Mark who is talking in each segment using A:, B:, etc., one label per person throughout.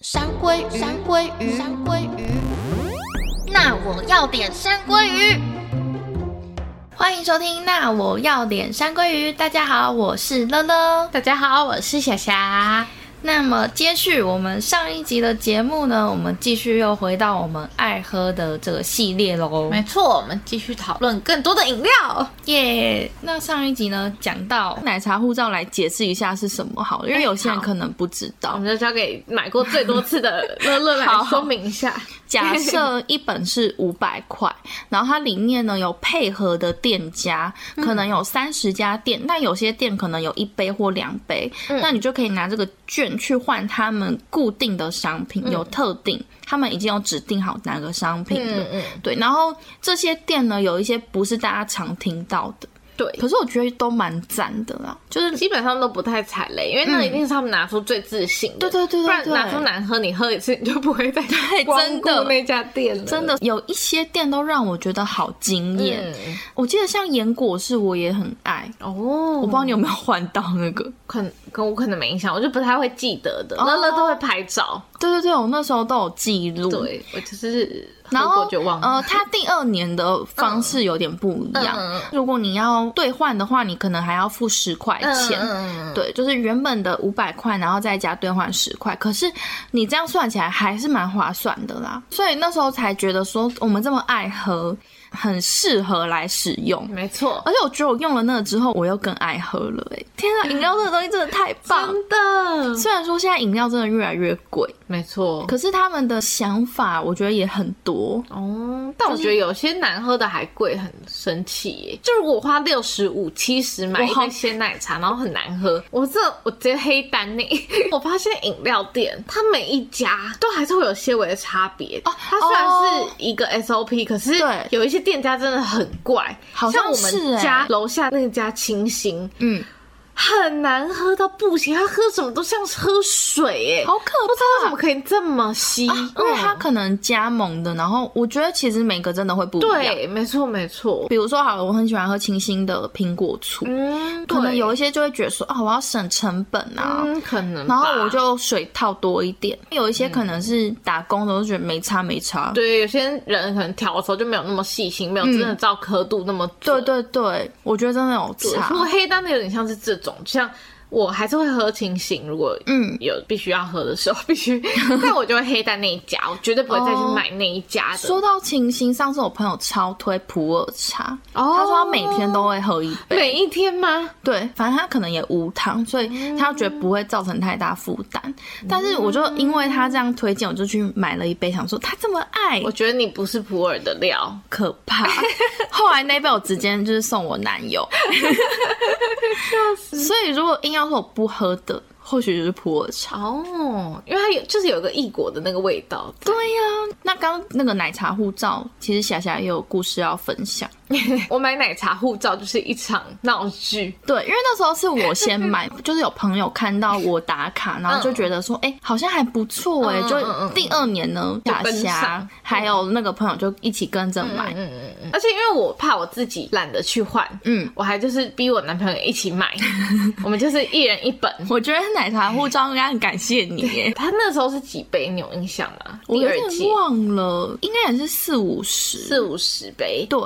A: 山鲑鱼，山鲑鱼，山鲑鱼。那我要点山鲑鱼。欢迎收听《那我要点山鲑鱼》，大家好，我是乐乐。
B: 大家好，我是霞霞。
A: 那么接续我们上一集的节目呢，我们继续又回到我们爱喝的这个系列喽。
B: 没错，我们继续讨论更多的饮料。
A: 耶那上一集呢讲到奶茶护照，来解释一下是什么好了，因为有些人
B: 好
A: 可能不知道
B: 我。们就交给买过最多次的乐乐来
A: 好
B: 说明一下。
A: 假设一本是五百块，然后它里面呢有配合的店家，
B: 嗯
A: 可能有三十家店，那有些店可能有一杯或两杯，
B: 嗯
A: 那你就可以拿这个券去换他们固定的商品，
B: 嗯
A: 有特定，他们已经有指定好哪个商品了。
B: 嗯嗯，
A: 对，然后这些店呢，有一些不是大家常听到的，
B: 对，
A: 可是我觉得都蛮赞的啦，就是
B: 基本上都不太踩雷，因为那一定是他们拿出最自信的。
A: 对对对对
B: 不然
A: 对
B: 拿出难喝，你喝一次你就不会再 光
A: 真
B: 顾
A: 的
B: 那家店了。
A: 真的有一些店都让我觉得好惊艳。
B: 嗯
A: 我记得像盐果是我也很爱，
B: 哦，
A: 我
B: 我
A: 不知道你有没有换到那个。
B: 可能跟我可能没印象，我就不太会记得的。乐乐都会拍照，
A: 对对对，我那时候都有记录。，
B: 对我就是
A: 然
B: 喝
A: 后
B: 过就忘了。
A: 呃，它第二年的方式有点不一样。
B: 嗯嗯嗯
A: 如果你要兑换的话，你可能还要付十块钱。
B: 嗯，
A: 对，就是原本的五百块，然后再加兑换十块。可是你这样算起来还是蛮划算的啦，所以那时候才觉得说我们这么爱喝，很适合来使用。
B: 没错，
A: 而且我觉得我用了那个之后，我又更爱喝了、欸。天啊，饮料这个东西真的太棒！
B: 嗯真的，
A: 虽然说现在饮料真的越来越贵，
B: 没错。
A: 可是他们的想法我觉得也很多。
B: 哦，但我觉得有些难喝的还贵，很生气耶！就如果我花六十五、七十买一
A: 我好
B: 杯鲜奶茶，然后很难喝，我这我直接黑单呢。 我发现饮料店它每一家都还是会有些微的差别哦。它虽然是一个 SOP，、可是
A: 对
B: 有一些店家真的很怪，
A: 好像
B: 像我
A: 是
B: 们
A: 哎
B: 家楼下那家清新。
A: 嗯，
B: 很难喝到不行，它喝什么都像是喝水哎，
A: 好可
B: 不知
A: 怕啊
B: 道为什么。可以这么稀，
A: 因为
B: 嗯
A: 它可能加盟的，然后我觉得其实每个真的会不一样。
B: 对，没错没错，
A: 比如说好了，我很喜欢喝清新的苹果醋，
B: 嗯，
A: 可能
B: 对
A: 有一些就会觉得说啊，我要省成本啊，
B: 嗯，可能吧。
A: 然后我就水套多一点。有一些可能是打工的，我就觉得没差没差。
B: 嗯对有些人可能调的时候就没有那么细心，没有真的照刻度那么
A: 对
B: 准。
A: 对对，我觉得真的有
B: 对
A: 差
B: 不。过黑单的有点像是这种，像我还是会喝清醒，如果
A: 嗯
B: 有必须要喝的时候必须， 但我就会黑单那一家，我绝对不会再去
A: 哦
B: 买那一家的。
A: 说到清新，上次我朋友超推普洱茶，
B: 哦
A: 他说他每天都会喝一杯。
B: 每一天吗？
A: 对，反正他可能也无糖，所以他觉得不会造成太大负担。但是我就因为他这样推荐，我就去买了一杯，想说他这么爱
B: 我，觉得你不是普洱的料，
A: 可怕。 后来那杯我直接就是送我男 友。所以如果硬要说我不喝的，或许就是普洱茶。
B: 哦，因为它有就是有个异国的那个味道。
A: 对呀、那刚那个奶茶护照，其实霞霞也有故事要分享。
B: 我买奶茶护照就是一场闹剧，
A: 对，因为那时候是我先 买，就是有朋友看到我打卡，然后就觉得说，哎、好像还不错哎、
B: 嗯嗯
A: 就
B: 嗯
A: 第二年呢，
B: 就
A: 大
B: 跟
A: 侠
B: 上嗯
A: 还有那个朋友就一起跟着买，
B: 而且因为我怕我自己懒得去换，
A: 嗯
B: 我还就是逼我男朋友一起买，我们就是一人一本。
A: 我觉得奶茶护照应该很感谢你 耶。
B: 他那时候是几杯，你有印象吗？
A: 我
B: 第
A: 有
B: 二
A: 点
B: 季
A: 忘了，应该也是四五十。
B: 四五十杯，
A: 对，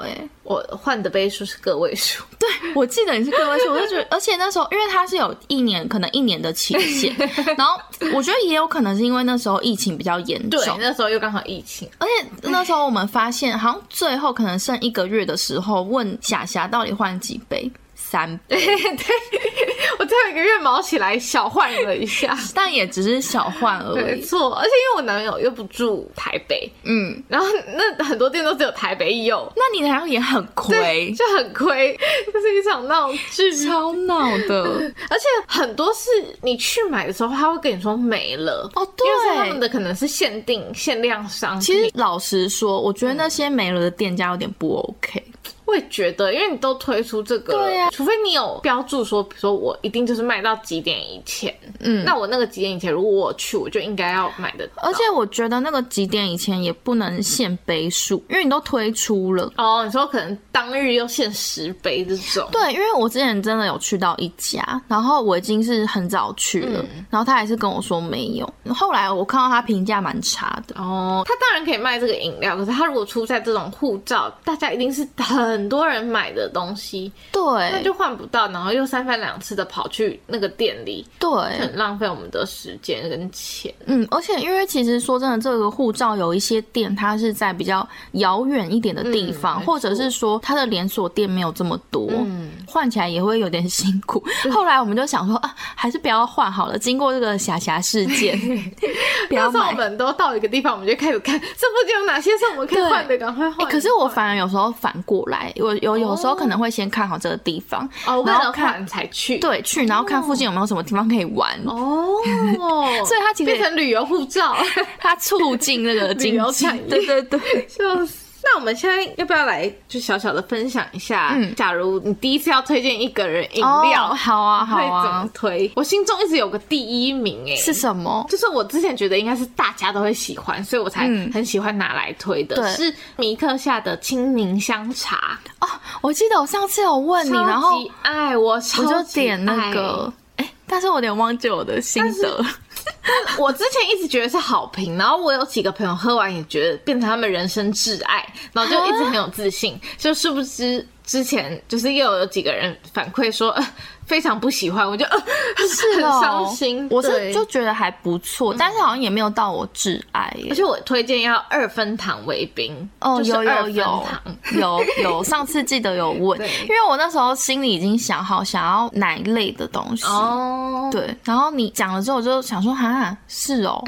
B: 我换的杯数是个位数，
A: 对我记得也是个位数，我就 觉得，而且那时候因为它是有一年，可能一年的期 限，然后我觉得也有可能是因为那时候疫情比较严重，
B: 对，那时候又刚好疫情，
A: 而且那时候我们发现，好像最后可能剩一个月的时候，问霞霞到底换几杯，三杯，
B: 我最后一个月毛起来小换了一下，
A: 但也只是小换而
B: 没
A: 已。
B: 错，而且因为我男友又不住台北，
A: 嗯，
B: 然后那很多店都只有台北有，
A: 那你好像也很亏，
B: 就很亏，就是一场闹剧。
A: 超闹的。
B: 而且很多是你去买的时候，他会跟你说没了
A: 哦
B: 因为是他们
A: 对，
B: 的可能是限定限量商
A: 其
B: 品。
A: 实老实说，我觉得那些没了的店家有点不 OK。
B: 我也觉得，因为你都推出这个了，
A: 对啊
B: 除非你有标注说，比如说我一定就是卖到几点以前，嗯，那我那个几点以前如果我有去，我就应该要买的。
A: 而且我觉得那个几点以前也不能限杯数，因为你都推出了。
B: 哦，你说可能当日又限十杯这种，
A: 对，因为我之前真的有去到一家，然后我已经是很早去了，
B: 嗯
A: 然后他还是跟我说没有。后来我看到他评价蛮差的，
B: 哦，他当然可以卖这个饮料，可是他如果出在这种护照，大家一定是很多人买的东西，那
A: 对
B: 就换不到，然后又三番两次的跑去那个店里，
A: 对，
B: 很浪费我们的时间跟钱。
A: 嗯，而且因为其实说真的，这个护照有一些店它是在比较遥远一点的地方，
B: 嗯没
A: 或者是说它的连锁店没有这么多，
B: 嗯
A: 换起来也会有点辛苦。 后来我们就想说啊，还是不要换好了。经过这个霞霞事 件，不
B: 那
A: 要
B: 时候我
A: 买。
B: 们都到一个地方，我们就开始看这附近有哪些是我们可以
A: 对
B: 换的，赶快
A: 哎、
B: 换。
A: 可是我反而有时候反过来，我有有时候可能会先看好这个地方，
B: 哦，为
A: 然
B: 了
A: 后看
B: 换才去。
A: 对，去然后看附近有没有什么地方可以玩，
B: 哦，
A: 所以它其
B: 变
A: 实
B: 成旅游护 照，
A: 它促进那个经
B: 旅游
A: 济
B: 产业，
A: 对对对。
B: 笑死。那我们现在要不要来就小小的分享一下？
A: 嗯
B: 假如你第一次要推荐一个 人饮料，
A: 哦好啊好
B: 会怎么
A: 啊，
B: 推？我心中一直有个第一名、哎，
A: 是什么？
B: 就是我之前觉得应该是大家都会喜欢，所以我才
A: 嗯
B: 很喜欢拿来推的，
A: 对
B: 是米克夏的青柠香茶。
A: 哦，我记得我上次有问你，
B: 超级
A: 然后
B: 爱我，
A: 我
B: 超
A: 就
B: 级
A: 点那个，哎、但是我有点忘记我的心得。
B: 爱。 我之前一直觉得是好评，然后我有几个朋友喝完也觉得变成他们人生挚爱，然后就一直很有自
A: 啊
B: 信，就是不知之前就是又有几个人反馈说、呃、非常不喜欢，我就、呃、 是很
A: 哦
B: 伤心。
A: 我是
B: 对
A: 就觉得还不错，但是好像也没有到我挚爱
B: 而
A: 耶。
B: 且我推荐要二分糖为冰，
A: 哦，
B: 就是
A: 有
B: 二
A: 有
B: 分
A: 有
B: 糖。
A: 有有， 上次记得有问，
B: 对
A: 因为我那时候心里已经想好想要哪一类的东西。
B: 哦，
A: 对，然后你讲了之后，我就想说，哈，是 哦，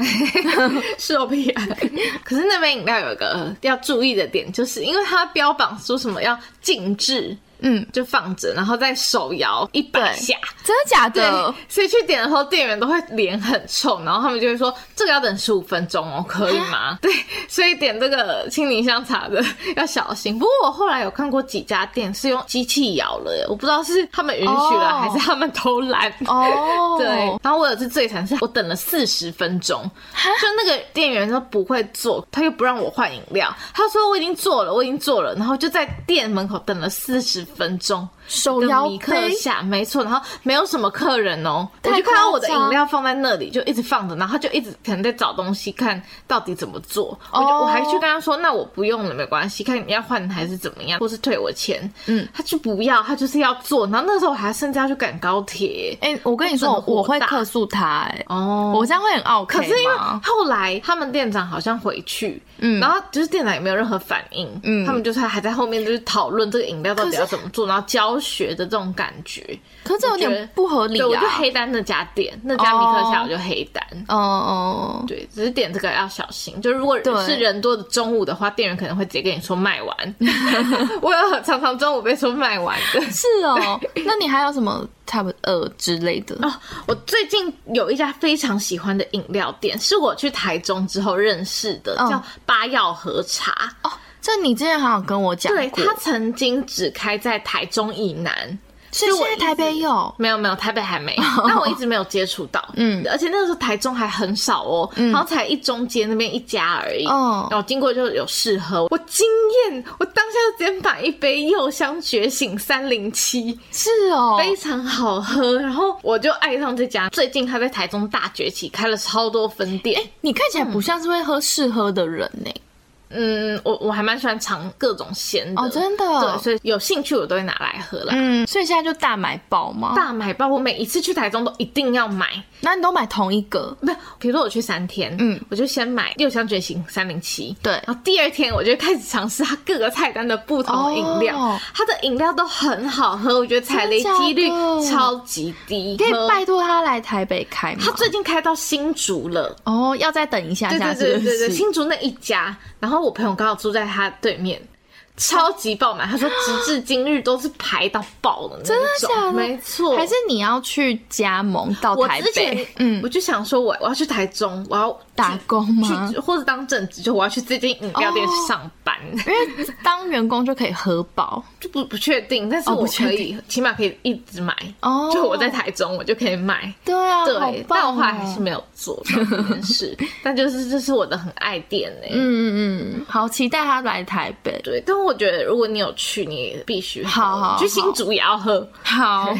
B: 是有屁啊！ 可是那杯饮料有一个要注意的点，就是因为它标榜说什么要静置，
A: 嗯，
B: 就放着，然后再手摇一百下。
A: 真的假
B: 对
A: 的？，
B: 所以去点的时候，店员都会脸很臭，然后他们就会说这个要等十五分钟哦，可以吗？对，所以点这个青柠香茶的要小心。不过我后来有看过几家店是用机器摇了耶，我不知道是他们允许了、
A: 哦
B: 还是他们偷懒。
A: 哦，
B: 对，然后我有一次最惨是，我等了四十分钟，就那个店员都不会做，他又不让我换饮料，他说我已经做了，我已经做了，然后就在店门口等了四十分钟。
A: 手
B: 跟
A: 摇
B: 米克
A: 杯，
B: 下，没错，然后没有什么客人哦，我
A: 太
B: 就看到我的
A: 夸张
B: 饮料放在那里，就一直放着，然后他就一直可能在找东西，看到底怎么做。我就
A: 哦
B: 我还去跟他说，那我不用了，没关系，看你要换还是怎么样，或是退我钱。
A: 嗯，
B: 他就不要，他就是要做。然后那时候我还甚至要去赶高铁。
A: 哎、我跟你说
B: 这，很
A: 我会
B: 火大
A: 客诉他、哎、
B: 哦
A: 我这样会很 OK
B: 可是因为
A: 吗
B: 后来他们店长好像回去，
A: 嗯
B: 然后就是店长也没有任何反应，
A: 嗯
B: 他们就是还在后面就是讨论这个饮料到
A: 可
B: 底
A: 是
B: 要怎么做，然后教学的这种感觉，
A: 可是这有
B: 我觉得
A: 点不合理
B: 对，我
A: 啊
B: 就。黑单那家店，那家米克夏
A: 哦
B: 我就黑单。
A: 嗯嗯，嗯
B: 对，只是点这个要小心。就如果
A: 对
B: 是人多的中午的话，店员可能会直接跟你说卖完。 我有常常中午被说卖完的。
A: 是哦。那你还有什么 Tab 二之类的？
B: 哦，我最近有一家非常喜欢的饮料店，是我去台中之后认识的，
A: 嗯
B: 叫八药和茶。
A: 哦，这你之前好像有跟我讲
B: 对，
A: 过，
B: 它曾经只开在台中以南，
A: 是
B: 就
A: 现
B: 我
A: 在
B: 一
A: 台
B: 直
A: 北有
B: 没有没有，台北还没有，但我一直没有接触到。
A: 哦嗯
B: 嗯，而且那个时候台中还很少哦，好像才一中街那边一家而已。
A: 哦
B: 哦，然后经过就有试喝，我惊艳，我当下就直接买一杯柚香觉醒三零七，
A: 是哦。
B: 非常好喝，然后我就爱上这家。最近他在台中大崛起，开了超多分店。
A: 你看起来不像是会喝试喝的人呢、
B: 嗯，我我还蛮喜欢尝各种鲜的
A: 哦，真
B: 对，
A: 的。
B: 所以有兴趣我都会拿来喝啦。
A: 嗯，所以现在就大买爆吗？
B: 大买包，我每一次去台中都一定要买，
A: 那你都买同一个？
B: 不，比如说我去三天，
A: 嗯
B: 嗯，我就先买六香觉醒三零七，
A: 对
B: 然后第二天我就开始尝试它各个菜单的不同饮料，
A: 哦
B: 它的饮料都很好喝，我觉得踩雷几率
A: 真的假的
B: 超级低，
A: 可以
B: 喝
A: 拜托他来台北开吗
B: 它？最近开到新竹了。
A: 哦，要再等一下
B: 对
A: 下，
B: 对对
A: 是不
B: 对对，
A: 是？
B: 新竹那一家，然后我朋友刚好住在他对面，超级爆满。他说直至今日都是排到爆的那种，
A: 真的假的
B: 没错，
A: 还是你要去加盟到
B: 我
A: 台
B: 之前
A: 北，，
B: 嗯，我就想说我我要去台中，我要
A: 打工吗
B: 去或者当正职，就我要去这间饮料店上班，
A: 因为当员工就可以核保
B: 就不不确定，但是
A: 哦不
B: 我
A: 确
B: 可以，起码可以一直买。
A: 哦。
B: 就我在台中，我就可以买。
A: 对啊，好
B: 对，
A: 棒
B: 但
A: 哦
B: 我后来还是没有做这件 事。但就是这是我的很爱店呢、
A: 嗯嗯嗯，好期待他来台北。
B: 对，但我觉得如果你有去，你必须喝
A: 好好
B: 去新竹也要喝，
A: 好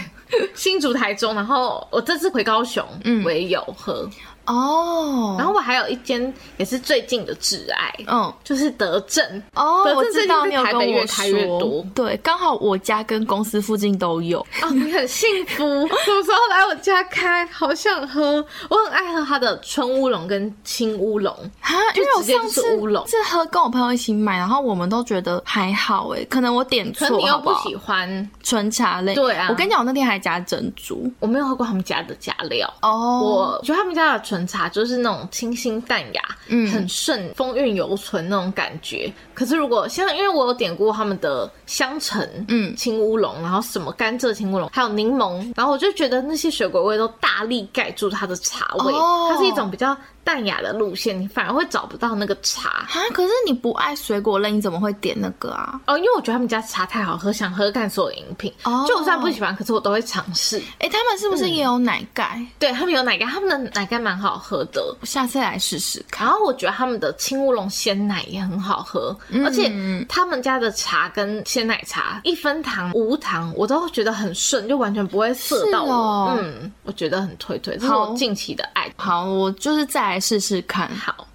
B: 新竹、台中。然后我这次回高雄，
A: 嗯
B: 我也有喝。
A: 哦，
B: 然后我还有一间也是最近的挚爱，
A: 嗯。
B: 就是德政。
A: 哦，
B: 对
A: 我
B: 这
A: 知
B: 最近
A: 道
B: 在
A: 你有
B: 台
A: 跟
B: 北
A: 我
B: 越开越
A: 说
B: 多
A: 对，刚好我家跟公司附近都有。
B: 哦，你很幸福，什么时候来我家开？好想喝，我很爱喝它的春乌龙跟青乌龙。
A: 啊，
B: 就
A: 因为我
B: 直接
A: 上
B: 就是
A: 次
B: 乌龙
A: 是喝跟我朋友一起买，然后我们都觉得还好哎，可能我点
B: 可是
A: 错
B: 你又
A: 好不
B: 不
A: 好？
B: 喜欢，
A: 纯茶类，
B: 对啊
A: 我跟你讲，我那天还加珍珠
B: 我没有喝过他们家的加料。
A: 哦，
B: 我觉得他们家的纯茶就是那种清新淡雅，
A: 嗯
B: 很顺风韵犹存那种感觉。可是如果像因为我有点过他们的香橙，
A: 嗯
B: 青乌龙，然后什么甘蔗青乌龙，还有柠檬，然后我就觉得那些水果味都大力盖住它的茶味，
A: 哦
B: 它是一种比较淡雅的路线，你反而会找不到那个茶。
A: 啊，可是你不爱水果类，你怎么会点那个啊？
B: 哦，因为我觉得他们家茶太好喝，想喝干所有饮品。
A: 哦
B: 就算不喜嗯欢，可是我都会尝试。
A: 哎，他们是不是也有奶盖？
B: 对他们有奶盖，他们的奶盖蛮好喝的。
A: 我下次来试试看。
B: 然后我觉得他们的青乌龙鲜奶也很好喝，
A: 嗯
B: 而且他们家的茶跟鲜奶茶一分糖无糖，我都觉得很顺，就完全不会涩到我。
A: 是哦
B: 嗯，我觉得很推推，这是我
A: 好
B: 近期的爱好。
A: 好，我就是再来试试看。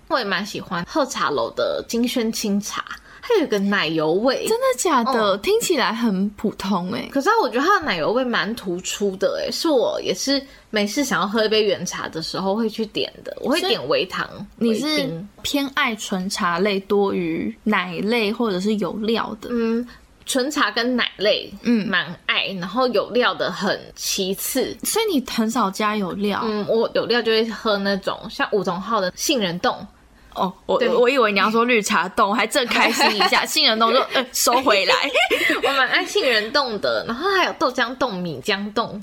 B: 我也蛮喜欢喝茶楼的金萱清茶，它有一个奶油味。
A: 真的假的？
B: 嗯
A: 听起来很普通哎。
B: 可是啊我觉得它的奶油味蛮突出的、欸，是我也是每次想要喝一杯原茶的时候会去点的，我会
A: 所以
B: 点微糖。
A: 你
B: 微冰
A: 是偏爱纯茶类多于奶类或者是有料的？
B: 嗯，纯茶跟奶类，嗯，
A: 嗯
B: 蛮爱，然后有料的很其次。
A: 所以你很少加有料、
B: 嗯，我有料就会喝那种像五桐号的杏仁 冻，
A: 哦。我
B: 对
A: 我以为你要说绿茶冻，我还正开心一 下，杏仁冻就、呃、收回来。
B: 我蛮爱杏仁冻的，然后还有豆浆冻、米浆冻，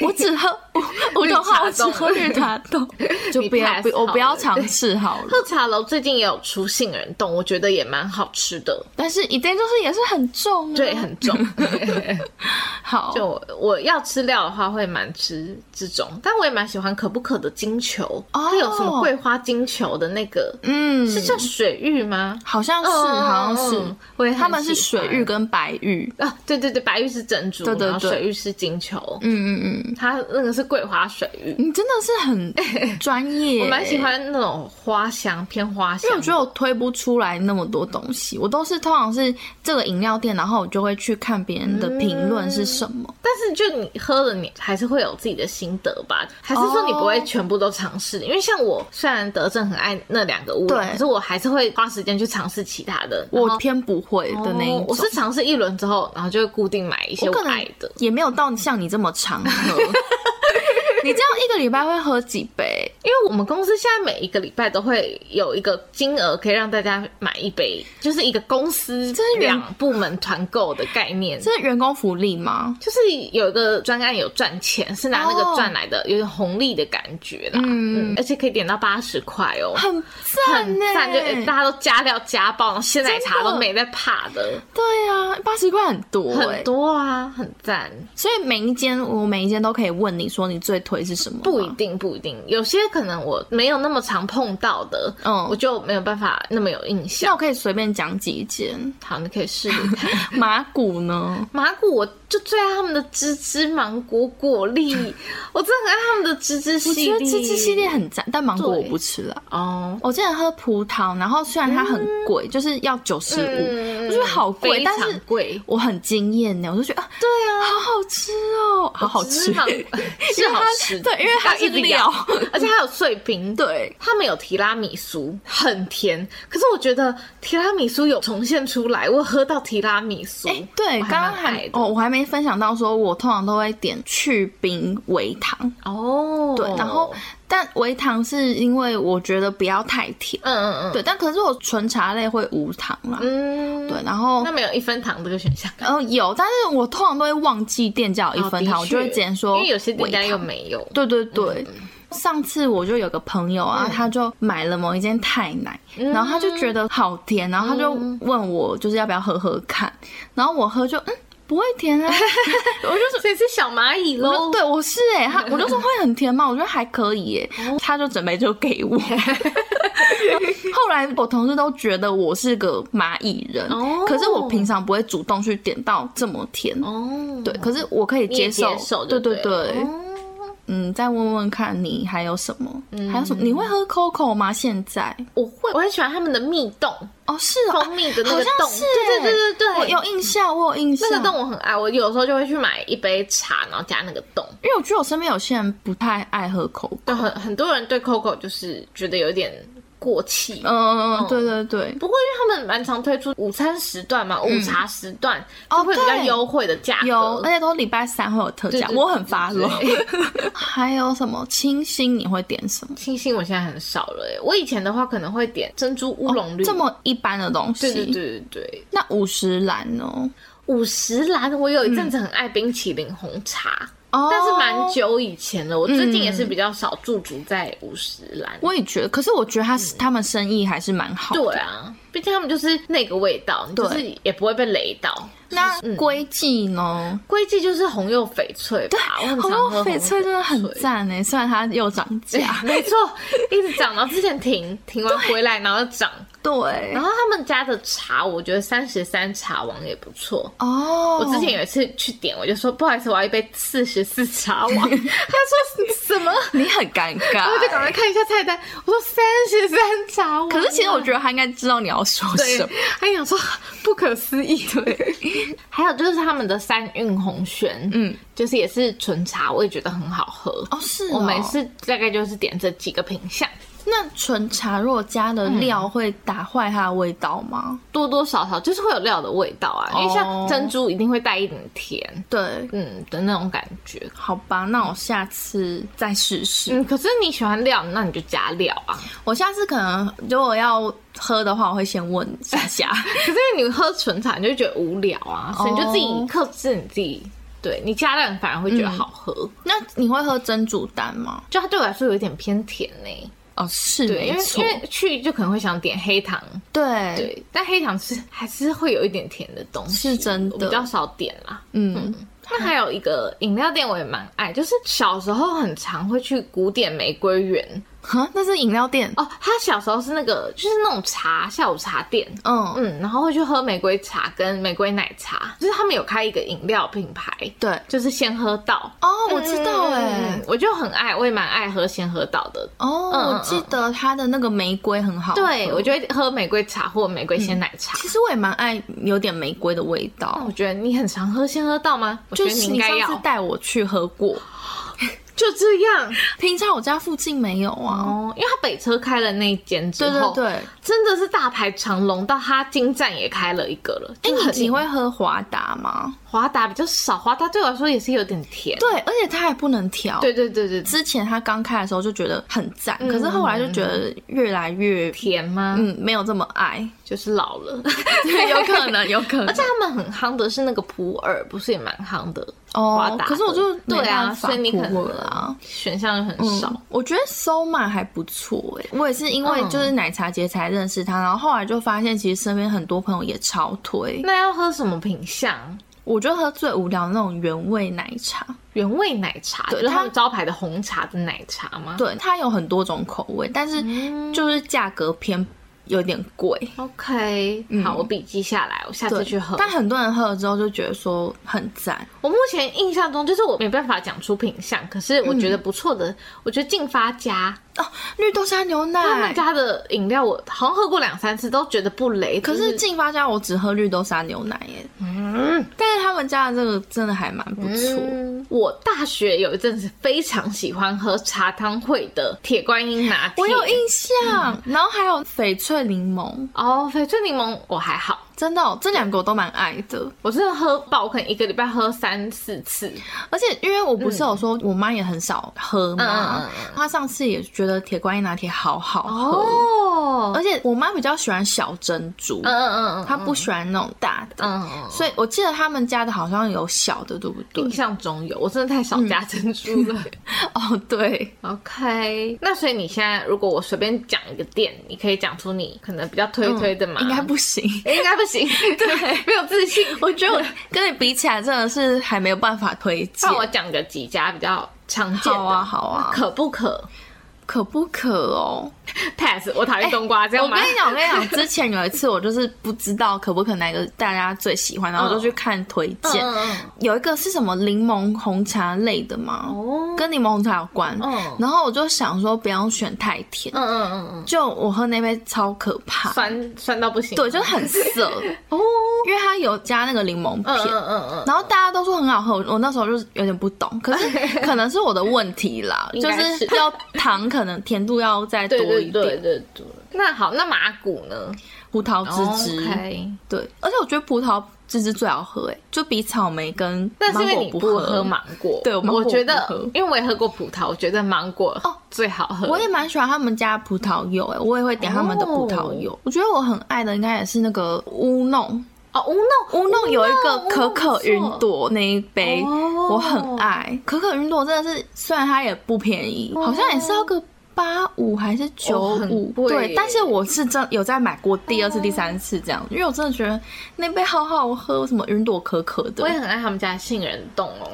A: 我只喝 我我
B: 绿
A: 懂
B: 茶
A: 好，我只
B: 冻
A: 喝绿茶冻，就
B: 你
A: 不要
B: pass
A: 不我
B: 好
A: 不要
B: 了
A: 尝试好了。
B: 喝茶楼最近也有出杏仁冻，我觉得也蛮好吃的，
A: 但是一定就是也是很重、啊，
B: 对，很 重。
A: 好。
B: 就我要吃料的话，会蛮吃这种，但我也蛮喜欢可不可的金球，
A: 哦
B: 它有什么桂花金球的那个，
A: 嗯，
B: 是叫水玉吗？
A: 好像是，好像是
B: 嗯，我也很
A: 他们是水
B: 喜
A: 玉跟白玉。
B: 欢啊，对对对，白玉是珍珠，
A: 对对
B: 然后
A: 对
B: 水玉是金球，
A: 嗯嗯嗯，
B: 它那个是桂花水玉，
A: 你真的是很专业、
B: 我蛮喜。欢那种花香偏花香
A: 因为我，觉得我推不出来那么多东西，我都是通常是这个饮料店，然后我就会去看别人的评论是什么。
B: 但是就你喝了，你还是会有自己的心得吧？还是说你不会全部都尝试？因为像我虽然德政很爱那两个乌龙，
A: 对
B: 可是我还是会花时间去尝试其他的。嗯然
A: 我
B: 后
A: 偏不会的那一
B: 哦
A: 种，
B: 我是尝试一轮之后，然后就会固定买一些
A: 我可
B: 爱
A: 能
B: 的。
A: 也没有到像你这么常 喝。你这样一个礼拜会喝几杯？
B: 因为我们公司现在每一个礼拜都会有一个金额可以让大家买一杯，就是一个公司
A: 这是员
B: 两部门团购的概念。
A: 这是员工福利吗？
B: 就是有一个专案有赚钱，是拿那个
A: 哦
B: 赚来的，有点红利的感觉啦。
A: 嗯
B: 嗯，而且可以点到八十块哦，
A: 很赞
B: 很
A: 呢、
B: 赞，就呃大家都加料加爆，然后鲜奶茶
A: 真的
B: 都没在怕的，
A: 对啊，八十块很多、欸，
B: 很多啊，很赞。
A: 所以每一间我每一间都可以问你说你最推是什么吗？
B: 不一定，不一定，有些可能我没有那么常碰到的，
A: 嗯
B: 我就没有办法那么有印
A: 那
B: 象。
A: 我可以随便讲几间。
B: 好，你可以试试看。
A: 麻古呢？
B: 麻古，我就最爱他们的芝芝芒果果 粒，我真的很爱他们的芝芝
A: 我
B: 系
A: 觉
B: 列。
A: 得芝芝系列很赞，但芒果我
B: 对
A: 不吃了。
B: 哦，
A: 我之前喝葡萄，然后虽然它很贵，就是要九十
B: 嗯
A: 五，我觉得好贵，
B: 非
A: 但
B: 常
A: 是
B: 贵。
A: 我很惊艳呢，我就觉得啊，
B: 对啊，
A: 好好吃哦，好好吃，
B: 芝麻 是好
A: 因
B: 吃
A: 为它
B: 的，
A: 对， 因为它是
B: 要一直
A: 料，
B: 咬，而且还有碎 冰。，
A: 对，
B: 他们有提拉米苏，很甜。可是我觉得提拉米苏有重现出来，我喝到提拉米苏。
A: 哎，对，
B: 哦我
A: 刚刚
B: 蛮爱
A: 还
B: 的
A: 哦，我还没分享到，说我通常都会点去冰微糖，
B: 哦，
A: 对，然后。但微糖是因为我觉得不要太甜，
B: 嗯嗯嗯，
A: 对。但可是我纯茶类会无糖啦，
B: 嗯，
A: 对。然后
B: 那没有一分糖这个选项。
A: 嗯、有，但是我通常都会忘记店家有一分糖，
B: 哦
A: 我
B: 的确
A: 就会直接说
B: 因为有些店家
A: 微
B: 又嗯
A: 糖
B: 没有。
A: 对对对。上次我就有个朋友
B: 嗯
A: 啊，他就买了某一间太奶，然后他就觉得好甜，然后他就
B: 嗯
A: 问我就是要不要喝喝看，然后我喝就嗯不会甜 啊，
B: 我就是所以是小蚂蚁
A: 我就
B: 喽。
A: 对我是哎、欸，他 我就说会很甜吗？我觉得还可以耶、
B: 哦
A: 他就准备就给 我。后来我同事都觉得我是个蚂蚁人，
B: 哦
A: 可是我平常不会主动去点到这么甜，
B: 哦，
A: 对，可是我可以
B: 你也
A: 接受，
B: 接受
A: 对
B: 就对哦
A: 对对，嗯，再问问看你还有什么，
B: 嗯
A: 还有什么？你会喝 Coco 吗？现在
B: 我会，我很喜欢他们的蜜冻，
A: 哦，是哦，
B: 蜂蜜的那
A: 好
B: 个
A: 像
B: 冻，
A: 是欸
B: 对对对对对，
A: 我有印象，我有印象，
B: 那个冻我很爱，我有时候就会去买一杯茶，然后加那个冻。
A: 因为我觉得我身边有些人不太爱喝 Coco，
B: 对，很很多人对 Coco 就是觉得有点过气。
A: 嗯、
B: 哦
A: 对对对，
B: 不过，因为他们蛮常推出午餐时段嘛，午茶时段就会比较
A: 嗯哦对
B: 优惠的价格。
A: 有，而且都礼拜三会有特价，
B: 对对
A: 我很发热
B: 对。
A: 还有什么清新？你会点什么？
B: 清新我现在很少了耶，我以前的话可能会点珍珠乌龙绿，
A: 这么一般的东西。
B: 对对对对对。
A: 那五十兰呢？
B: 五十兰，我有一阵子很爱冰淇淋红茶，
A: 哦嗯
B: 但是蛮久以前了。我最近也是比较少驻足在五十兰。
A: 我也觉得，可是我觉得他、他们生意还是蛮好的。
B: 嗯对啊，毕竟他们就是那个味道，你就是也不会被雷到。
A: 那
B: 嗯
A: 龟记呢？
B: 龟记就是红柚翡翠吧，我很
A: 红
B: 常
A: 柚
B: 喝
A: 翡翠真的很赞哎，虽然它又涨价。
B: 没错，一直涨，然后之前 停，停完回来，然后涨。
A: 对
B: 然，后他们家的茶，我觉得三十三茶王也不错。
A: 哦，
B: 我之前有一次去点，我就说不好意思，我要一杯四十四茶 王。他说什么？
A: 你很尴尬
B: 哦我就赶
A: 欸。
B: 快看一下菜单，我说三十三茶王。
A: 可是其实我觉得他应该知道你要说
B: 对
A: 什么。，
B: 还想说不可思议。对，还有就是他们的三韵红轩，嗯，就是也是纯茶，我也觉得很好喝。
A: 哦，是
B: 我
A: 哦
B: 每次大概就是点这几个品相，
A: 那纯茶若加的料会打坏它的味道吗？
B: 多多少少就是会有料的味道啊，因为像
A: 哦
B: 珍珠一定会带一点甜，
A: 对，
B: 嗯的那种感觉。
A: 好吧，那我下次再试试。
B: 嗯，可是你喜欢料，那你就加料 啊。
A: 我下次可能如果要喝的话，我会先问夏 夏。
B: 可是你喝纯茶，你就觉得无聊
A: 哦
B: 啊，所以你就自己克制你自己。对你加料，你反而会觉得好喝。
A: 那你会喝珍珠丹吗？
B: 就它对我来说有点偏甜呢、
A: 哦，是
B: 对，因
A: 没
B: 为
A: 错
B: 因，为去就可能会想点黑糖，
A: 对
B: 对，但黑糖是还是会有一点甜的东西，
A: 是真的
B: 我比较少点啦。
A: 嗯，
B: 那还有一个饮料店我也蛮爱，就是小时候很常会去古典玫瑰园
A: 哈，那是饮料店。
B: 哦。他小时候是那个就是那种茶下午茶店，
A: 嗯，
B: 嗯，然后会去喝玫瑰茶跟玫瑰奶茶，就是他们有开一个饮料品牌，
A: 对。
B: 就是先喝到。
A: 哦，我知道哎、
B: 嗯嗯我就很爱，我也蛮爱喝先喝到的。
A: 哦，
B: 嗯
A: 我记得它的那个玫瑰很好。
B: 对，我就会喝玫瑰茶或玫瑰鲜奶茶。
A: 其实我也蛮爱有点玫瑰的味道
B: 我。觉得你很常喝先喝到吗？哦我觉
A: 就
B: 得你
A: 是
B: 应
A: 你
B: 该
A: 上
B: 要
A: 次带我去喝过，
B: 就这样
A: 平常我家附近没有啊。
B: 哦，因为他北车开了那一间之
A: 对
B: 后，
A: 对对，
B: 真的是大排长龙，到它金站也开了一个了。
A: 哎、
B: 就很
A: 你你会喝华达吗？
B: 华达比较少，华达对我来说也是有点甜。
A: 对，而且它还不能调。，
B: 对对对对对，
A: 之前它刚开的时候就觉得很赞，可是后来就觉得越来越
B: 甜吗？
A: 嗯没有这么爱，
B: 就是老 了。
A: 对，有可能，有可
B: 而
A: 能
B: 且。他们很夯的是那个普洱，不是也蛮夯的？华
A: 哦，
B: 达的
A: 可是我就没
B: 对啊，
A: 办法
B: 所以你可
A: 普洱啊
B: 能。选项就很少。
A: 嗯我觉得 Soma 还不错哎、我也是因为就是奶茶节才认识他，然后后来就发现其实身边很多朋友也超推。
B: 那要喝什么品相？
A: 我就喝最无聊的那种原味奶茶，
B: 原味奶茶，就
A: 对
B: 是他
A: 它
B: 们招牌的红茶的奶茶吗？
A: 对，它有很多种口味，但是
B: 嗯
A: 就是价格偏有点贵。
B: ，OK，好，我笔记下来，我下次
A: 对，
B: 去喝。
A: 但很多人喝了之后就觉得说很赞，
B: 我目前印象中，就是我没办法讲出品相，可是我觉得不错的，我觉得进发家
A: 哦绿豆沙牛
B: 他们
A: 奶。
B: 家的饮料，我好像喝过两三次，都觉得不雷。
A: 可
B: 就是
A: 进发家我只喝绿豆沙牛奶耶，但是他们家的这个真的还蛮不错。
B: 嗯我大学有一阵子非常喜欢喝茶汤会的铁观音拿铁，嗯
A: 我有印象，然后还有翡翠柠檬，
B: 哦，翡翠柠檬我还好，
A: 真的、哦，这两个我都蛮爱的。
B: 我是喝爆，我可能一个礼拜喝三四次。
A: 而且因为我不是有说我妈也很少喝嘛，
B: 嗯嗯嗯嗯
A: 她上次也觉得铁观音拿铁好好喝，
B: 哦，
A: 而且我妈比较喜欢小珍珠，
B: 嗯嗯嗯
A: 她不喜欢那种大的。
B: 嗯嗯，
A: 所以我记得他们家的好像有小的，对不对
B: 印？象中有，我真的太少加珍珠了。
A: 哦，对，
B: OK，那所以你现在如果我随便讲一个店，你可以讲出你可能比较推推的嘛？
A: 应该不行。
B: 嗯应该不行， 对，没有自信。
A: 我觉得我跟你比起来，真的是还没有办法推荐
B: 那。我讲个几家比较常见的，
A: 好啊，好啊，
B: 可不可
A: 可不可哦？
B: pass？我哎讨厌冬瓜，这样
A: 我
B: 吗？
A: 跟你讲，我跟你 讲，之前有一次我就是不知道可不可哪个大家最喜欢，然后我就去看推荐，
B: 嗯嗯
A: 有一个是什么柠檬红茶类的嘛，
B: 哦
A: 跟柠檬红茶有关。
B: 嗯
A: 然后我就想说不要选太甜，
B: 嗯嗯嗯嗯，
A: 就我喝那杯超可怕，
B: 酸酸到不行。
A: 对，就是很涩，
B: 哦，
A: 因为它有加那个柠檬
B: 嗯
A: 片。
B: 嗯嗯嗯，
A: 然后大家都说很好喝，我我那时候就是有点不懂，可 是可能是我的问题啦，
B: 应
A: 就
B: 该
A: 是
B: 是
A: 要糖可能甜度要再多
B: 对对
A: 一
B: 对
A: 点，
B: 对对。那好，那麻古呢？
A: 葡萄汁汁
B: 哦 OK
A: 对，而且我觉得葡萄汁汁最好喝，哎，就比草莓跟
B: 但是
A: 芒
B: 因为
A: 果
B: 你
A: 不
B: 不
A: 喝
B: 喝。芒果，
A: 对我芒果
B: 我觉得
A: 不喝，
B: 因为我也喝过葡萄，我觉得芒果
A: 哦
B: 最好喝。
A: 我也蛮喜欢他们家葡萄柚，哎，我也会点他们的葡萄柚。我觉得我很爱的应该也是那个乌弄，
B: 哦，乌弄
A: 乌弄有一个
B: 乌弄
A: 可可云朵那一杯，
B: 哦
A: 我很爱。可可云朵真的是，虽然它也不便宜，好像也是要个八五还是九
B: 哦
A: 五、
B: 很贵
A: 对。
B: 耶
A: 但是我是真有在买过第二次、第三次这样，因为我真的觉得那杯好好喝，什么云朵可可的
B: 我，也很爱他们家的杏仁冻 哦。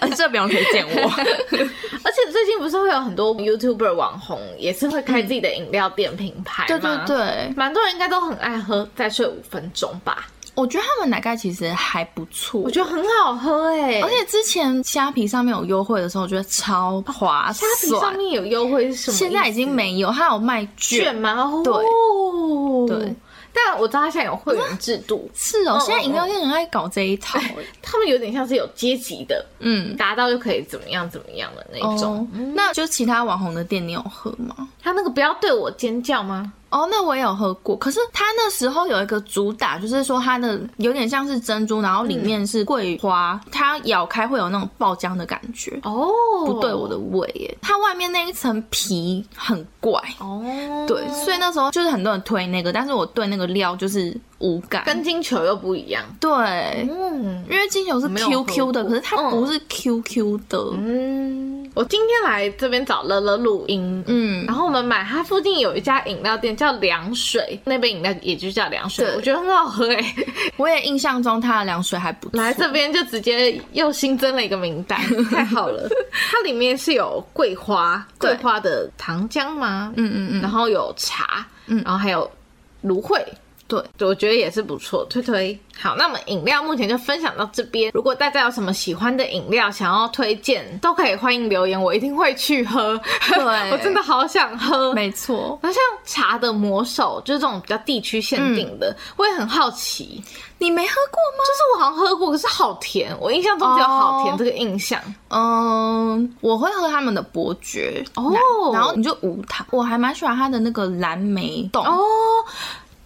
A: 呃 这不用推荐 我。
B: 而且最近不是会有很多 YouTuber 网红也是会开自己的饮料店品牌、
A: 对对，对，
B: 蛮多人应该都很爱喝。再睡五分钟吧，
A: 我觉得他们奶盖其实还不错，
B: 我觉得很好喝哎、
A: 而且之前虾皮上面有优惠的时候，我觉得超划
B: 虾皮上
A: 算。
B: 面有优惠是什么意思？
A: 现在已经没有，它有卖券
B: 券吗？哦
A: 对对。
B: 但我知道他现在有会员制度，
A: 是哦，
B: 嗯
A: 现在饮料店很爱搞这一套欸。
B: 他们有点像是有阶级的，
A: 嗯，
B: 达到就可以怎么样怎么样的那一
A: 哦
B: 种。，
A: 那就其他网红的店你有喝吗？
B: 他那个不要对我尖叫吗？
A: 哦，那我也有喝过，可是它那时候有一个主打，就是说它的有点像是珍珠，然后里面是桂花，它咬开会有那种爆浆的感觉，
B: 哦，
A: 不对我的胃耶。它外面那一层皮很怪，
B: 哦，
A: 对，所以那时候就是很多人推那个，但是我对那个料就是无感。
B: 跟金球又不一样。
A: 对，
B: 嗯
A: 因为金球是
B: 没有喝
A: QQ 的，
B: 过
A: 可是它
B: 嗯
A: 不是 QQ 的。
B: 嗯，我今天来这边找乐乐录音，
A: 嗯
B: 然后我们买它附近有一家饮料店叫凉水，那杯饮料也就叫凉水
A: 对，
B: 我觉得很好喝哎、
A: 我也印象中它的凉水还不错。
B: 来这边就直接又新增了一个名 单，太好了。 它里面是有桂花，
A: 对
B: 桂花的糖浆吗？
A: 嗯嗯嗯，
B: 然后有茶，
A: 嗯
B: 然后还有芦荟。
A: 对，
B: 我觉得也是不错，推推。好，那我们饮料目前就分享到这边。如果大家有什么喜欢的饮料想要推荐，都可以欢迎留言，我一定会去喝。
A: 对
B: 我真的好想 喝。
A: 没错。
B: 那像茶的魔手，就是这种比较地区限定的，我也很好奇。
A: 你没喝过吗？
B: 就是我好像喝过，可是好甜，我印象中只有好甜
A: 哦
B: 这个印象。
A: 嗯，我会喝他们的伯爵
B: 哦
A: 奶然后你就无糖。我还蛮喜欢它的那个蓝莓冻，
B: 哦，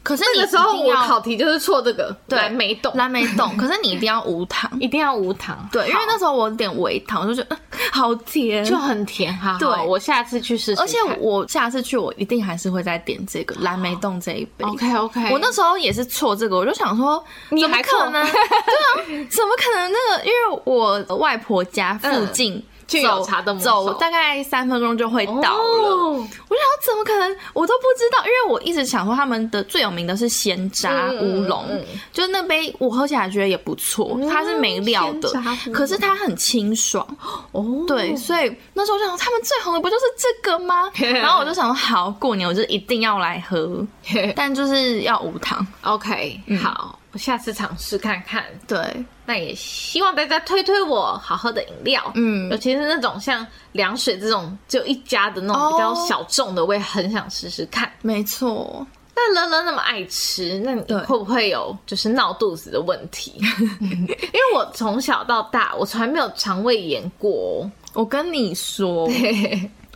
A: 可是你
B: 那个时候
A: 一定
B: 我
A: 要
B: 考题就是错这个，
A: 对
B: 蓝莓冻，
A: 蓝莓冻，可是你一定要无 糖。
B: 一定要无糖。
A: 对，因为
B: 好
A: 那时候我有点微糖，我就觉得嗯好甜，
B: 就很甜哈。好
A: 对
B: 我下次去试试看。
A: 而且我下次去，我一定还是会再点这个蓝莓冻这一杯。
B: OK OK，
A: 我那时候也是错这个，我就想说，
B: 你
A: 怎么
B: 还错
A: 可能？对啊，怎么可能？那个，因为我外婆家附近、
B: 就嗯有
A: 走
B: 茶的魔手
A: 走大概三分钟就会到了。
B: 哦
A: 我想说怎么可能？我都不知道，因为我一直想说他们的最有名的是鲜榨乌龙，
B: 嗯嗯嗯嗯
A: 就是那杯我喝起来觉得也不错，
B: 嗯
A: 它是没料的
B: 鲜榨乌，龙
A: 可是它很清爽。
B: 哦，
A: 对，所以那时候我想说他们最红的不就是这个 吗？然后我就想说好，过年我就一定要来喝，但就是要无糖。
B: OK，好，我下次尝试看看。
A: 对，
B: 那也希望大家推推我好喝的饮料，
A: 嗯
B: 尤其是那种像凉水这种只有一家的那种
A: 哦
B: 比较小众的，我也很想试试看。
A: 没错。
B: 那乐乐那么爱吃，那你
A: 对
B: 会不会有就是闹肚子的问题？ 因为我从小到大我从来没有肠胃炎过哦、
A: 我跟你说，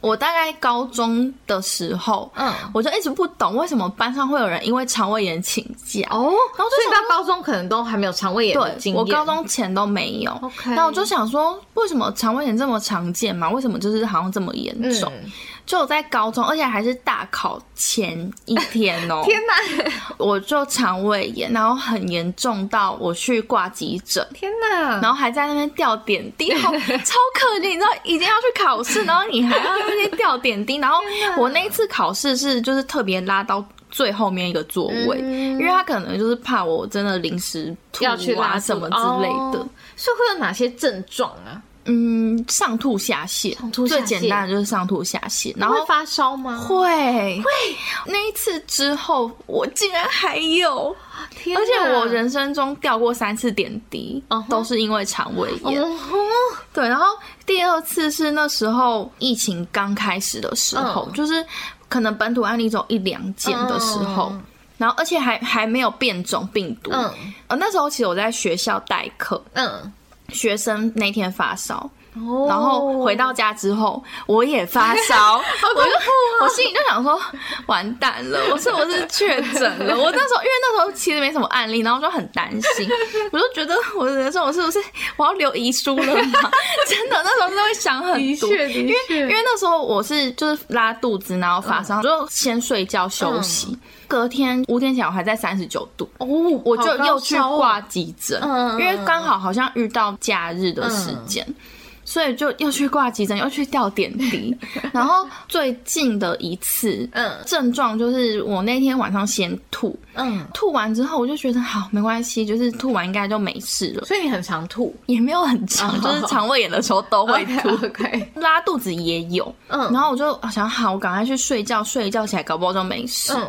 A: 我大概高中的时候，
B: 嗯
A: 我就一直不懂为什么班上会有人因为肠胃炎请假。
B: 哦，然后
A: 就
B: 所以
A: 想
B: 到高中可能都还没有肠胃炎的
A: 对
B: 经，验。
A: 我高中前都没有。
B: OK
A: 那我就想说，为什么肠胃炎这么常见嘛？为什么就是好像这么严
B: 嗯，
A: 重？就我在高中，而且还是大考前一天哦、
B: 天哪，
A: 我就肠胃炎，然后很严重到我去挂急诊。
B: 天 哪，
A: 然后还啊在那边吊点滴，好超可怜，你知道已经要去考试，然后你还要在那边吊点滴。然 后我那一次考试是就是特别拉到最后面一个座位，
B: 嗯
A: 因为他可能就是怕我真的临时吐
B: 要去
A: 啊
B: 拉
A: 什
B: 肚
A: 么
B: 子
A: 之类的。
B: 哦所以会有哪些症状啊？
A: 嗯，上吐下泻，
B: 吐下
A: 最
B: 泻
A: 简单的就是上吐下泻，然后
B: 会。发烧吗？
A: 会会，那一次之后，我竟然还有，
B: 天哪
A: 而且我人生中掉过三次点滴
B: 嗯哼
A: 都是因为肠胃炎。
B: 哦吼
A: 对，然后第二次是那时候疫情刚开始的时候，
B: 嗯
A: 就是可能本土案例只有一两件的时候，
B: 嗯
A: 然后而且还还没有变种病毒。
B: 嗯
A: 呃，那时候其实我在学校代课，
B: 嗯，
A: 学生那天发烧，
B: 哦
A: 然后回到家之后我也发 烧，
B: 啊
A: 我就我心里就想说，完蛋了，我是不是确诊 了？我那时候因为那时候其实没什么案例，然后就很担心，我就觉得我的人生我是不是我要留遗书了嘛？ 真的那时候真的会想很
B: 的
A: 多。
B: 确的确，
A: 因为那时候我是就是拉肚子，然后发
B: 嗯
A: 烧，我就先睡觉休息。隔天五点起来我还在三十九度，
B: 哦，
A: 我就
B: 好高
A: 又去
B: 烧哦
A: 挂急诊，
B: 嗯嗯嗯嗯
A: 因为刚好好像遇到假日的时间。所以就又去挂急诊，又去吊点 滴，然后最近的一次，
B: 嗯
A: 症状就是我那天晚上先吐，
B: 嗯，
A: 吐完之后我就觉得好没关系，就是吐完应该就没事了，
B: 所以你很常吐，
A: 也没有很长，
B: 哦
A: 就是肠胃炎的时候都会
B: 啊
A: 吐，
B: OK，
A: 拉肚子也有，
B: 嗯
A: 然后我就啊想好，我赶快去睡觉，睡一觉起来搞不好就没事。
B: 嗯，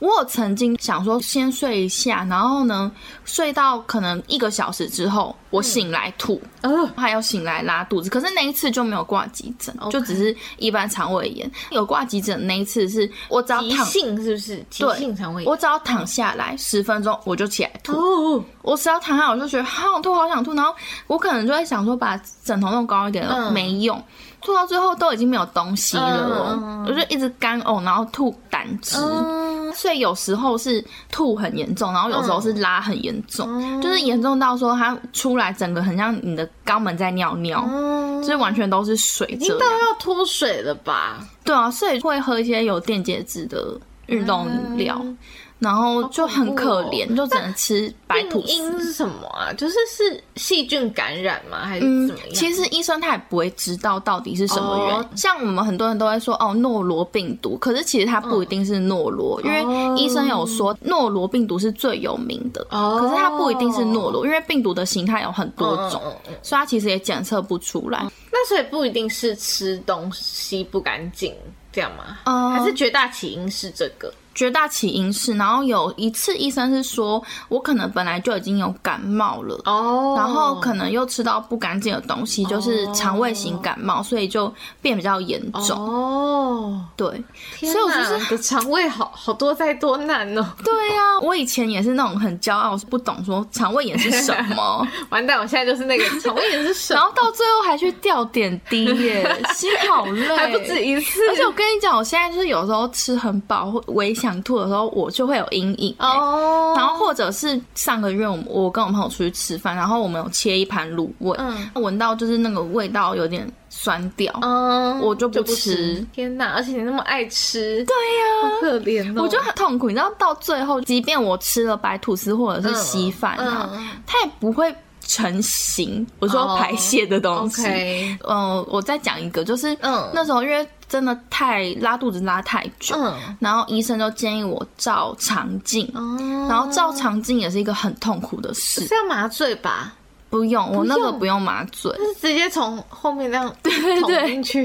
A: 我有曾经想说先睡一下，然后呢，睡到可能一个小时之后，我醒来吐，
B: 哦，
A: 还有醒来拉肚子。可是那一次就没有挂急诊
B: OK
A: 就只是一般肠胃炎。有挂急诊那一次是我只要
B: 急
A: 躺，
B: 性是不是？急
A: 对
B: 性肠胃炎
A: 我只要躺下来十分钟我就起来吐，
B: 哦，
A: 我只要躺下来我就觉得好想吐，好想吐，然后我可能就会想说把枕头弄高一点，
B: 嗯
A: 没用。吐到最后都已经没有东西了哦，
B: 嗯嗯嗯
A: 我就一直干呕，然后吐胆汁，
B: 嗯，
A: 所以有时候是吐很严重，然后有时候是拉很严重，
B: 嗯
A: 就是严重到说它出来整个很像你的肛门在尿尿，
B: 嗯
A: 就是完全都是水
B: 已经
A: 这
B: 到
A: 样。
B: 要脱水了吧？
A: 对啊，所以会喝一些有电解质的运动饮料，
B: 嗯
A: 然后就很可怜，就只能吃白吐
B: 哦病
A: 司。
B: 因是什么啊？就是是细菌感染吗？还是
A: 嗯
B: 怎么，样？
A: 其实医生他也不会知道到底是什么原因。
B: 哦
A: 像我们很多人都会说哦诺罗病毒，可是其实它不一定是诺罗，
B: 哦
A: 因为医生有说诺罗病毒是最有名的，
B: 哦
A: 可是它不一定是诺罗，因为病毒的形态有很多种，
B: 嗯嗯嗯
A: 所以它其实也检测不出来。
B: 那所以不一定是吃东西不干净这样吗？
A: 呃
B: 还是绝大起因是这个？
A: 绝大起因是，然后有一次医生是说我可能本来就已经有感冒了。
B: 哦
A: 然后可能又吃到不干净的东西，就是肠胃型感冒，所以就变比较严重。
B: 哦，
A: 对，
B: 天
A: 所以我
B: 哪
A: 就是
B: 你的肠胃好好多灾多难哦。
A: 对呀、我以前也是那种很骄傲，不懂说肠胃炎是什 么，
B: 完蛋，我现在就是那个肠胃炎是什
A: 然
B: 么？
A: 后到最后还去吊点滴 耶，心好累，
B: 还不止。一次，
A: 而且我跟你讲，我现在就是有时候吃很饱或我也想吐的时候，我就会有阴影。欸
B: 哦，
A: 然后或者是上个月我们我跟我朋友出去吃饭，然后我们有切一盘卤味，
B: 嗯
A: 闻到就是那个味道有点酸掉，
B: 嗯，
A: 我就不
B: 不
A: 吃
B: 天哪，而且你那么爱吃，
A: 对呀、
B: 好可怜哦。
A: 我就很痛苦，你知道，到最后，即便我吃了白吐司或者是稀饭啊，
B: 嗯嗯
A: 它也不会成型。我说
B: 哦
A: 排泄的东西。
B: OK，
A: 嗯，我再讲一个，就是
B: 嗯
A: 那时候因为真的太拉肚子拉太久，
B: 嗯
A: 然后医生就建议我照肠镜，
B: 哦，
A: 然后照肠镜也是一个很痛苦的事。
B: 是要麻醉吧？
A: 不用，我那个
B: 不用
A: 不用麻 醉。
B: 就是直接从后面那样
A: 对
B: 捅 进去，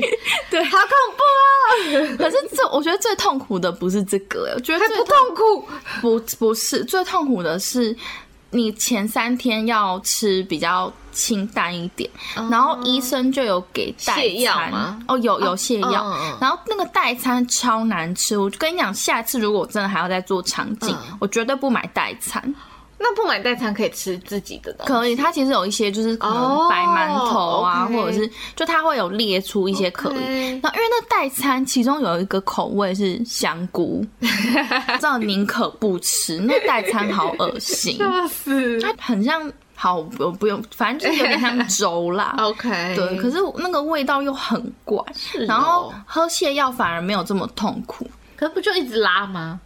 A: 对
B: 好恐怖啊！
A: 可是这我觉得最痛苦的不是这个、我觉得
B: 还
A: 最
B: 不痛苦？
A: 不不是最痛苦的是，你前三天要吃比较清淡一点，然后医生就有给代
B: 哦泻药
A: 餐
B: 吗
A: 哦，有有泻药，
B: 嗯嗯嗯
A: 然后那个代餐超难吃，我就跟你讲，下次如果我真的还要再做肠镜，
B: 嗯
A: 我绝对不买代餐。
B: 那不买代餐可以吃自己的东西，
A: 可以，它其实有一些就是可能白馒头啊
B: 哦，OK
A: 或者是就它会有列出一些可以。
B: OK
A: 那因为那代餐其中有一个口味是香 菇，这样宁可不吃。那代餐好恶 心，
B: 笑死。
A: 它很像好我不用，反正就是有点像粥啦。
B: OK，
A: 对，可是那个味道又很怪，
B: 是哦
A: 然后喝泻药反而没有这么痛苦。
B: 可不就一直拉吗？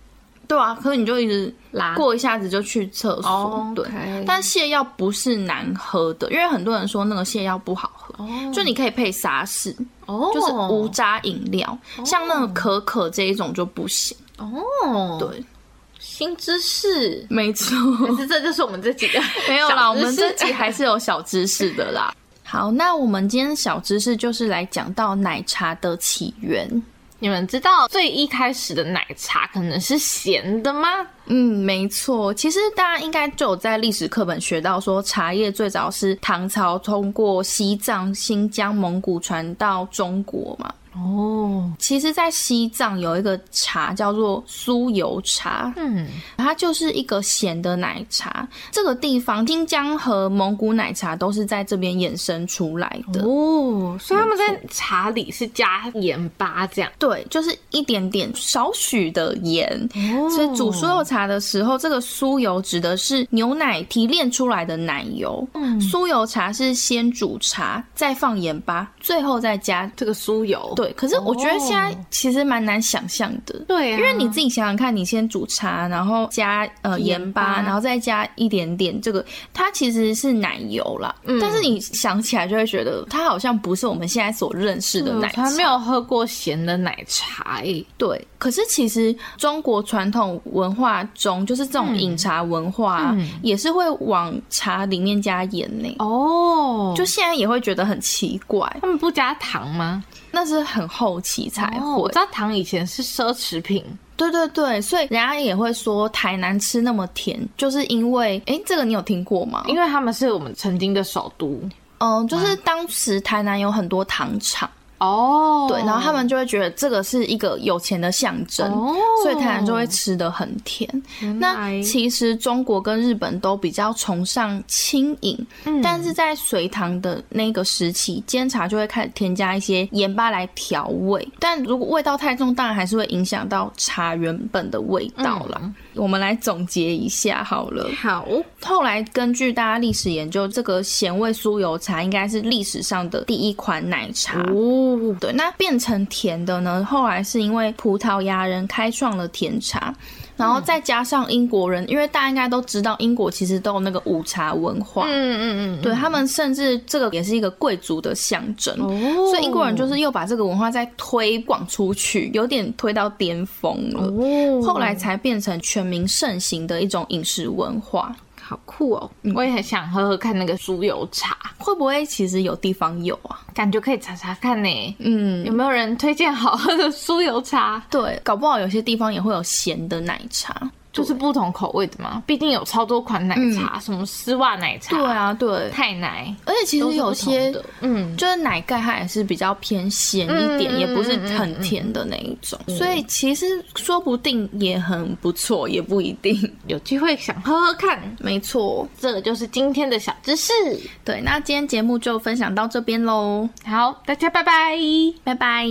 A: 对啊，可是你就一直
B: 拉
A: 过一下子就去厕所，
B: 哦
A: 对。
B: OK
A: 但泻药不是难喝的，因为很多人说那个泻药不好喝，
B: 哦
A: 就你可以配沙士，
B: 哦，
A: 就是无渣饮料，像那个可可这一种就不行。
B: 哦，，
A: 对，
B: 新知识。
A: 没错，
B: 可是这就是我们这几 个
A: 没有啦，
B: 小
A: 我
B: 知
A: 们这
B: 识
A: 集还是有小知识的 啦。好，那我们今天小知识就是来讲到奶茶的起源。
B: 你们知道最一开始的奶茶可能是咸的吗？
A: 嗯，没错。其实大家应该就有在历史课本学到说，茶叶最早是唐朝通过西藏、新疆、蒙古传到中国嘛。
B: 哦，
A: 其实，在西藏有一个茶叫做酥油茶，
B: 嗯，
A: 它就是一个咸的奶茶。这个地方，新疆和蒙古奶茶都是在这边衍生出来的。
B: 哦，所以他们在茶里是加盐巴这样，
A: 对，就是一点点少许的盐，
B: 哦
A: 所以煮酥油茶的时候，这个酥油指的是牛奶提炼出来的奶油。
B: 嗯
A: 酥油茶是先煮茶，再放盐巴，最后再加。
B: 这个酥油，
A: 对，可是我觉得现在
B: 哦
A: 其实蛮难想象的。
B: 对啊，
A: 因为你自己想想看，你先煮茶，然后加呃盐
B: 盐
A: 巴，
B: 巴
A: 然后再加一点点这个，它其实是奶油啦。
B: 嗯
A: 但是你想起来就会觉得它好像不是我们现在所认识的
B: 我
A: 奶
B: 从
A: 茶
B: 嗯来。没有喝过咸的奶茶诶、
A: 对，可是其实中国传统文化中，就是这
B: 嗯
A: 种饮茶文化啊、也是会往茶里面加盐呢、
B: 哦，
A: 就现在也会觉得很奇怪，
B: 他们不加糖吗？
A: 那是很后期才会。
B: 哦我知道糖以前是奢侈品，
A: 对对对，所以人家也会说台南吃那么甜，就是因为诶，这个你有听过吗？
B: 因为他们是我们曾经的首都。
A: 嗯，就是当时台南有很多糖厂，
B: 哦，
A: 对，然后他们就会觉得这个是一个有钱的象征，
B: 哦
A: 所以台南就会吃的很甜。
B: 来
A: 那其实中国跟日本都比较崇尚轻饮，
B: 嗯
A: 但是在隋唐的那个时期，煎茶就会开始添加一些盐巴来调味，但如果味道太重，当然还是会影响到茶原本的味道啦。
B: 嗯
A: 我们来总结一下好了。
B: 好，
A: 后来根据大家历史研究，这个咸味酥油茶应该是历史上的第一款奶茶。
B: 哦，
A: 对，那变成甜的呢？后来是因为葡萄牙人开创了甜茶，然后再加上英国人，因为大家应该都知道，英国其实都有那个午茶文化。
B: 嗯嗯嗯，
A: 对他们，甚至这个也是一个贵族的象征，
B: 哦
A: 所以英国人就是又把这个文化再推广出去，有点推到巅峰了，
B: 哦
A: 后来才变成全民盛行的一种饮食文化。
B: 好酷哦，
A: 嗯
B: 我也很想喝喝看那个酥油茶，
A: 会不会其实有地方有啊？
B: 感觉可以查查看呢。
A: 嗯，
B: 有没有人推荐好喝的酥油茶？
A: 对，搞不好有些地方也会有咸的奶茶。
B: 就是不同口味的嘛，毕竟有超多款奶茶，什么丝袜奶茶，
A: 嗯对，啊，对，
B: 太奶，
A: 而且其实有些
B: 都是不同的嗯，
A: 就是奶盖，它也是比较偏咸一点，
B: 嗯嗯嗯
A: 也不是很甜的那一种，所以其实说不定也很不错，也不一定。
B: 有机会想喝喝看。
A: 没错，
B: 这个就是今天的小知识，
A: 对，那今天节目就分享到这边喽，
B: 好，大家拜拜。
A: 拜拜。